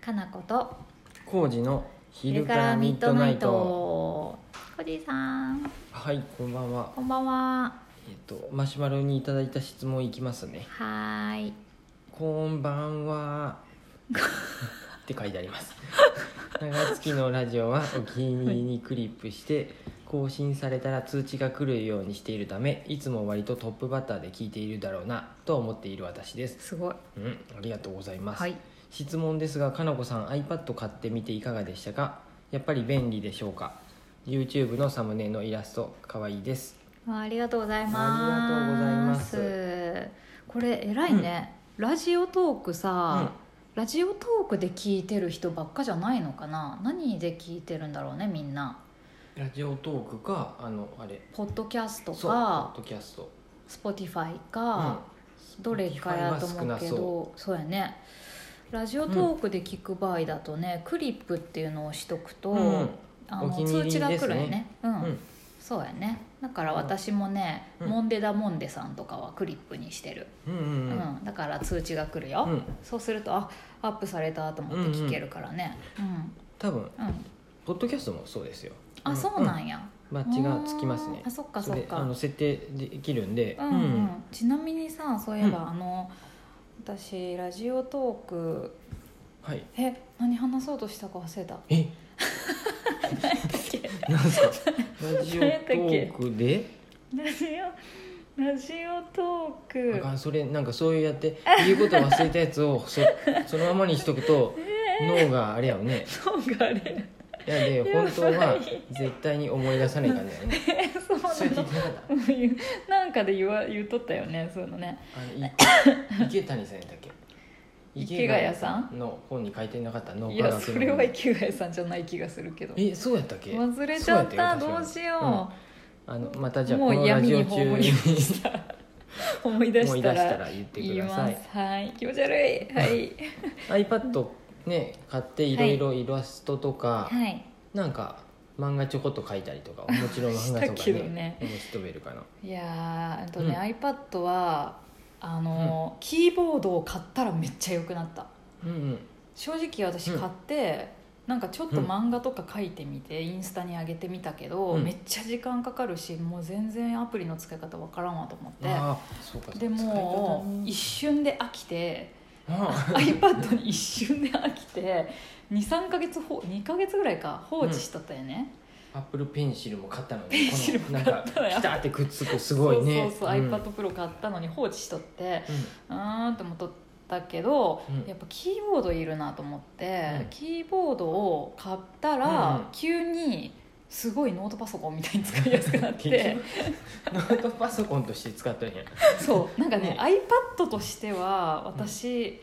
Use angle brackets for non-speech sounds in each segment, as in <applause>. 花子と工事の昼からミッドナイト。コジーさんはい、こんばんは。こんばんはえっと、マシュマロにいただいた質問いきますね。はーいこんばん <laughs> は。って書いてあります。長月のラジオはお気に入りにクリップして更新されたら通知が来るようにしているためいつも割とトップバッターで聞いているだろうなと思っている私ですすごいうんありがとうございます、はい質問ですがかなこさん iPad 買ってみていかがでしたかやっぱり便利でしょうか YouTube のサムネのイラスト可愛いですわあありがとうございますありがとうございますこれ偉いね、ラジオトークさ、ラジオトークで聞いてる人ばっかじゃないのかな何で聞いてるんだろうねみんなラジオトークかあのあれポッドキャストそうポッかドキャスト Spotify か、どれかやと思うけ Spotify は少なそどそうやねラジオトークで聞く場合だとね、クリップっていうのをしとくと、うんあのお気に入り通知が来るよねですねうんうんそうやねだから私もね、うんモンデダモンデさんとかはクリップにしてる、うんううんんだから通知が来るよ、うん、うん、そうするとあアップされたと思って聞けるからねうん多分うん、ポッドキャストもそうですよ、あそうなんんや、バッジがつきますねあーあそっかそれっでかあの設定できるんでうんうんちなみにさそういえば、あの私ラジオトークはいえ何話そうとしたか忘れた <laughs> えなん <laughs> ですかラジオト何やったっけークでラジオラジオトあーかクんそれなんかそういうやって言うこと忘れたや <laughs> つをそそのままにしとくと脳があれやよねそうがあれいやでやば本い当は絶対に思い出さないからだよねえ <laughs> そうそれでなの言ってなかったうんなんかで言わ言っとったよねそういうのね <laughs> あのい池谷さんやったっけ池谷さんの本に書いてなかった脳科い学やのそれは池谷さんじゃない気がするけどえそうやったっけ忘れちゃっそたうやよ確どかうにしよあのまたう、じゃあもこうのラ闇ジにオ中葬りにました思い出思いし出たしたらら言って言くいだまさすいはい気持ち悪いはい、 iPad ね買っていろいろイラストとか、はい、なんか漫画ちょこっと書いたりとかもちろん漫画 <laughs> したとかけどねね面白いかないやーえっとね、iPad はあの、キーボードを買ったらめっちゃ良くなったうんうん正直私買って、なんかちょっと漫画とか書いてみて、インスタに上げてみたけど、うんめっちゃ時間かかるしもう全然アプリの使い方わからんわと思ってああそうかそうかでもう一瞬で飽き <laughs> て使い方ねあ iPad に一瞬で飽きて23か月ほ2か月ぐらいか放置しとったよね、あアップルペンシルも買ったのにペンシルも買ったのよこのなんかピタってくっつくすごいねそうそうそう、ん iPadPro 買ったのに放置しとってうんうーんと思っとったけど、うんやっぱキーボードいるなと思って、うんキーボードを買ったうんうんら急にすごいノートパソコンみたいに使いやすくなっ <laughs> てノートパソコンとして使ったんやそうなんかねね iPad としては私、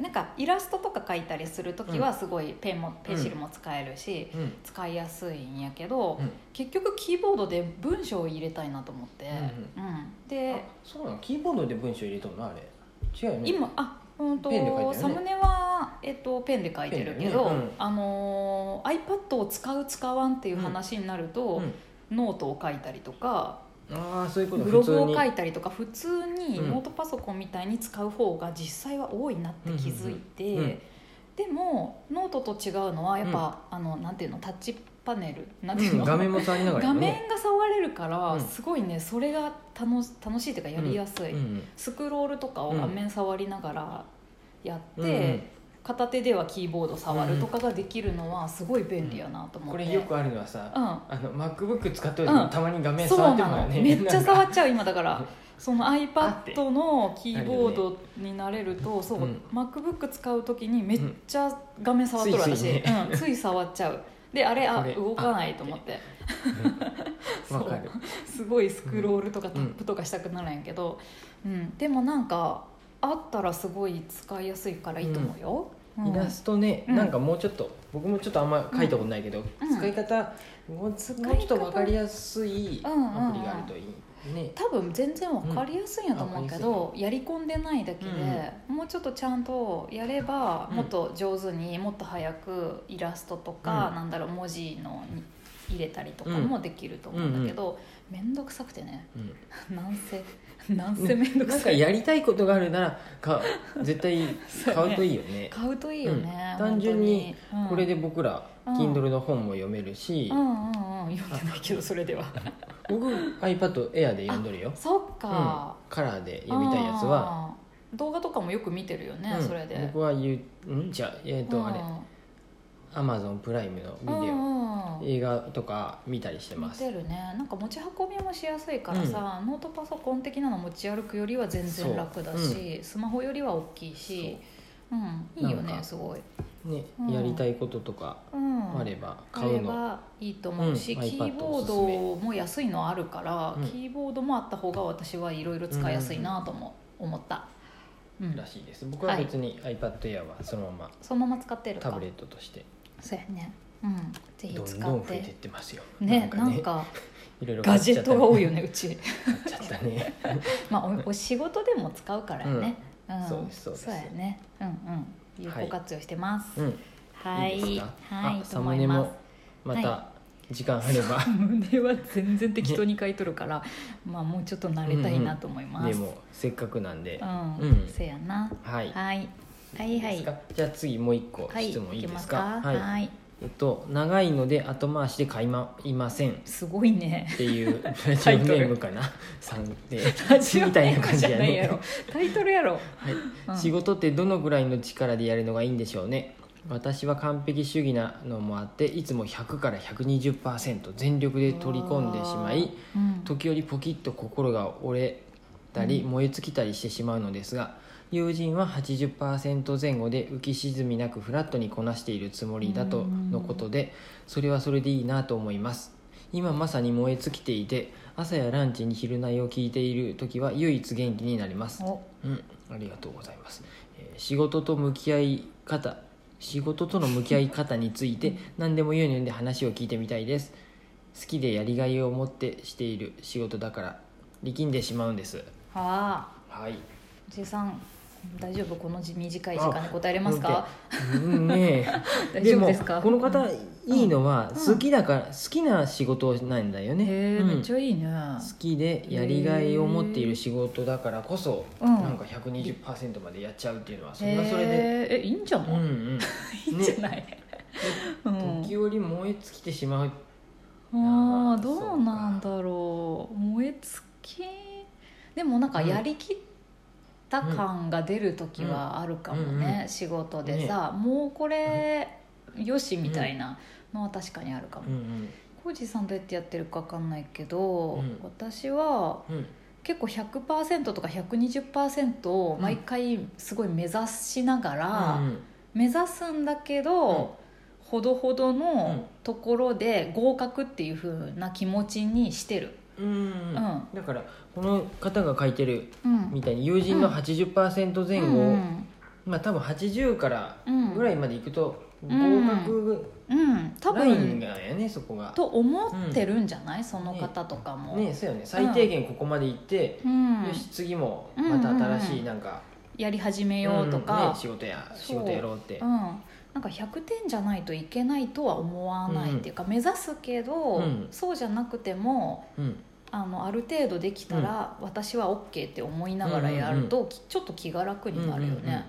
なんかイラストとか描いたりする時はすごいペンもペンシルも使えるし、うん使いやすいんやけど、うん結局キーボードで文章を入れたいなと思って、うんであそうなのキーボードで文章入れとんのあれ違うよね今あうんとペンで書いてるねサムネは、えっと、ペンで書いてるけど、ペンだよねうんあのー iPad を使う使わんっていう話になると、うんノートを書いたりとかああそういうことブログを書普いたりとか普通にうんノートパソコンみたいに使う方が実際は多いなって気づいて、うんうんうんうんでもノートと違うのはやっぱ、あのなんていうのタッチパネルなんてい通うに、の、うん、画面も触りながら画や面が触れるから、うんすごいねそれが楽し楽しいというかやりやすい、うんうんスクロールとかを画面触りながらやって、うんうん片手ではキーボード触るとかができるのはすごい便利やなと思っこて、うん、れよくあるのはさ、あの MacBook 使ってるうのんたまに画面そう触なってもらの、うねめっちゃ触なんかっちゃう今だ <laughs> からそのあって iPad のキーボードになれるとそう、うん MacBook 使う時にめっちゃ画面触っとるうん私、つうんいつついいね触っちゃうであれあこれ動かないと思って <laughs> わかるすごいスクロールとかタップとかしたくなるんやけど、うんでもなんかあったらすごい使いやすいからいいと思うよ、うんイラストね、うんなんかもうちょっと僕もちょっとあんま書いたことないけど、うん使い方もう使い方もうちょっとわかりやすいうんうんうんアプリがあるといいね、多分全然わかりやすいんやと思うけど、やり込んでないだけで、もうちょっとちゃんとやればうんもっと上手にもっと早くイラストとか、うんなんだろう文字のに入れたりとかもできると思うんだけど、面倒くさくてね <laughs> うんなん <laughs> せなんせ面倒くなんさかい、やりたいことがあるならか絶対買うといいよね買うといいよね、うん単純に本当これで僕らうん Kindle の本も読めるし、うんうんうん読んでないけどそれ <laughs> では僕 iPad Air で読んどるよ、そっうん、か、カラーで読みたいやつは、あー動画とかもよく見てるよね、うんそれで僕は言うんじゃあえっ、と、あれれ Amazon プライムのビデオオ、映画とか見たりしてま見すてるねなんか持ち運びもしやすいからさ、ノートパソコン的なの持ち歩くよりは全然楽だし、スマホよりは大きいしう、ん、いいよなんねかすごい、ね、うんやりたいこととかうん、あればあ買うれの、ばいいと思うし、うんキーボードも安いのあるから、うんキーボードもあった方が私はいろいろ使いやすいなとも思った、うんらしいです僕は別に iPad Air はそのままそのまま使ってるかタブレットとしてそうやねうんぜひど使っんどてん増えてってますよねななんんかね <laughs> かいろいろ買ガっジちェゃっッたねトが多いよねうち買っちゃったねまあおお仕事でも使うからやね、うんそうですそうですやねうんうん有効活用してますうんはいいですかはいあとサ思ムいネまもすまた時間あれ <laughs> ば、 <laughs> 胸は全然適当に書いとるから、まあもうちょっと慣れたいなと思います、でもせっかくなんで、うん、うんせやな。はい、はい。はいはいです。かじゃあ次もう一個はい、質問いい行きでますすか,、、か。はいい。えっと長いので後回しで買いまいませんっすごいね。ていうラジオネームかなさんでみたいな感ラジじオネームじゃやないやね <laughs> ろ。タイトルやろ。はいうん仕事ってどのぐらいの力でやるのがいいんでしょうね私は完璧主義なのもあっていつも100から120%全力で取り込んでしまいうん。時折ポキッと心が折れたりうん燃え尽きたりしてしまうのですが、友人は80%前後で浮き沈みなくフラットにこなしているつもりだとうんのことでそれはそれでいいなと思います今まさに燃え尽きていて朝やランチに昼寝を聞いている時は唯一元気になりますお、うん、ありがとうございます、えー仕事と向き合い方仕事との向き合い方について何でも言うので話を聞いてみたいです好きでやりがいを持ってしている仕事だから力んでしまうんですああ、はいおじいさん。大丈夫この短い時間で答えれますか。うんねえ <laughs> 大丈夫ですか。もこの方うんいいのはうん好きだから、好きな仕事なんだよね、へえ、うんめっちゃいいね。好きでやりがいを持っている仕事だからこそ、うんなんか120%までやっちゃうっていうのはそへれはそれで、え、え、いいんじゃうんない。うんいいんじゃない。うん。時折燃え尽きてしまうああーーどうなんだろう燃え尽きでもなんかやりきった感が出る時はあるかもね、うんうんうん仕事でさ、もうこれよしみたいなのは確かにあるかもう、ん浩二さんどうやってやってるか分かんないけど、うん私はうんうん結構100%とか120%を毎回すごい目指しながら、うん目指すんだけど、ほどほどのところで合格っていう風な気持ちにしてる、うんううんんだからこの方が書いてるうん、みたいに友人の80%前後、うんまあ多分80からうんぐらいまでいくと合ん格うん、多ライン分がやねそこが。と思ってるんじゃない、その方とかも、ねそうよね最低限ここまで行って、うん、よし次もまた新しいなんか、やり始めようとうんねか、仕事やそう仕事やろうってうん。なんか100点じゃないといけないとは思わないっていうか、目指すけど、うんそうじゃなくてもうんあのある程度できたら、私は OK って思いながらやると、きちょっと気が楽になるよね、うんうんうん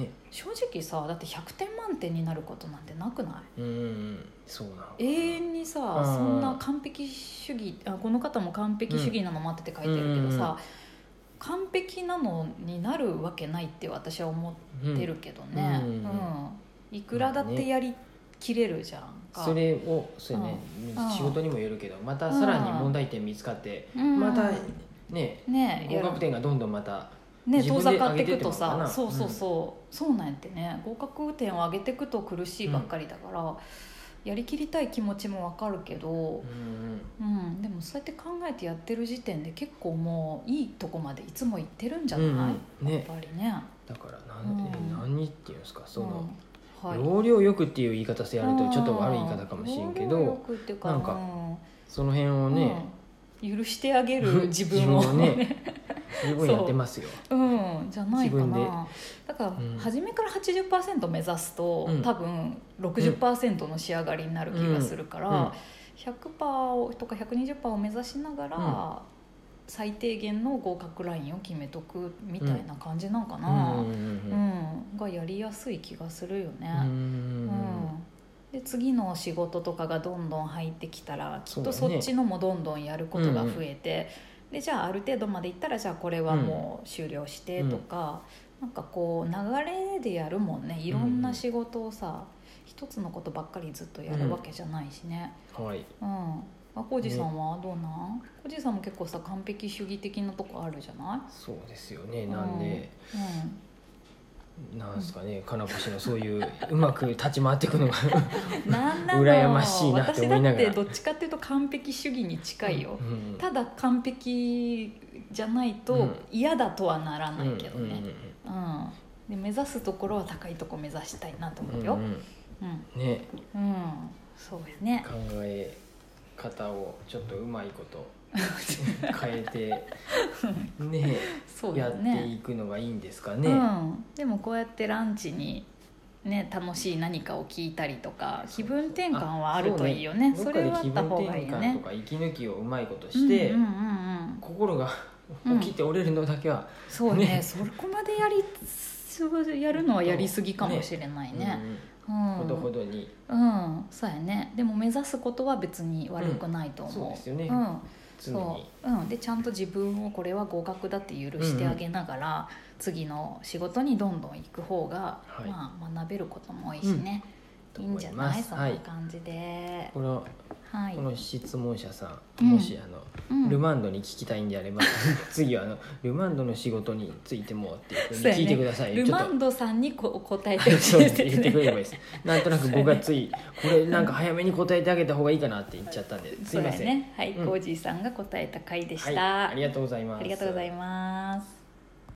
ね正直さだって100点満点になることなんてなくないうんうんそうなのかな永遠にさ、うんそんな完璧主義あこの方も完璧主義なの待ってて書いてるけどさ、完璧なのになるわけないって私は思うんってるけどね、ううんんいくらだってやりきれるじゃんか、それをそうやね、うん仕事にもよるけどまたさらに問題点見つかって、またねね合格点がどんどんまたね自遠分ざでかっ上てげいてっくてこととかさ、なそうそうそうそうなんやってね合格点を上げていくと苦しいばっかりだから、やりきりたい気持ちもわかるけどう、んうん、でもそうやって考えてやってる時点で結構もういいとこまでいつも行ってるんじゃない、うんうんねやっぱりね。だから何,、うん何っていうんですかその、うんはい要領よくっていう言い方してやるとちょっと悪い言い方かもしれんけうん要領よどくっていうかなんかその辺をうんね、うん許してあげる自分を <laughs> 自分をね十分やってますようんじゃないか自分でなだから、うん初めから80%目指すと、うん多分60%の仕上がりになる気がするから、うん100%をとか120%を目指しながら、うん最低限の合格ラインを決めとくみたいな感じなんかうんな、うんうんがやりやすい気がするようんうね。うんでん次の仕事とかがどんどん入ってきたらきっとそそうだねっちのもどんどんやることが増えて、でじゃあある程度までいったらじゃあこれはもう終了してとか、なんかこう流れでやるもんねいろんな仕事をさ、一つのことばっかりずっとやるわけじゃないしね。はいうんあ浩二さんはどうなん浩二さんも結構さ完璧主義的なとこあるじゃなそうですよねなんで、い、うん、 <laughs> なんですかね金星のそういううまく立ち回っていくのがなんなの羨ましいなって思いながら私だってどっちかっていうと完璧主義に近いよ、うんただ完璧じゃないと嫌だとはならないけどね、うんうんうんで目指すところは高いとこ目指したいなとうん思ううんようんうん、うんうんねそうですね考え方をちょっとうまいこと <laughs> 変えてねそうやだってねいくのがいいんですかね、うん、でもこうやってランチにね楽しい何かを聞いたりとか気分転換はあるといいよねそそうれねはあったどっか方がいいで気よ分転換ねとか息抜きをうまいことして、うんうんうんうん心がうん起きて折れるのだけは、そうねねそこまでやりそうやるのはやりすぎかもしれないねうんうんほどほどにうんそうやねでも目指すことは別に悪くないとうんそう思でうすよねうん常にそううんでちゃんと自分をこれは合格だって許してあげながら次の仕事にどんどん行く方がはいまあ学べることも多いしねういんいんじゃないとそん思いますな感じでこのはいこの質問者さん、うんもしあの、うんルマンドに聞きたいんであれ <laughs> ば次はあのルマンドの仕事についてもっていうふうにそうや聞いてねください、ルちょっマとンドさんにこお答えてほし <laughs> そいうでですす言ってねくれればいい <laughs> ですなんとなく僕がついこれなんか早めに答えてあげた方がいいかなって言っちゃったんですそいうやません、ねはいうんコージーさんが答えた回でした、はい、ありがとうございますありがとうございます。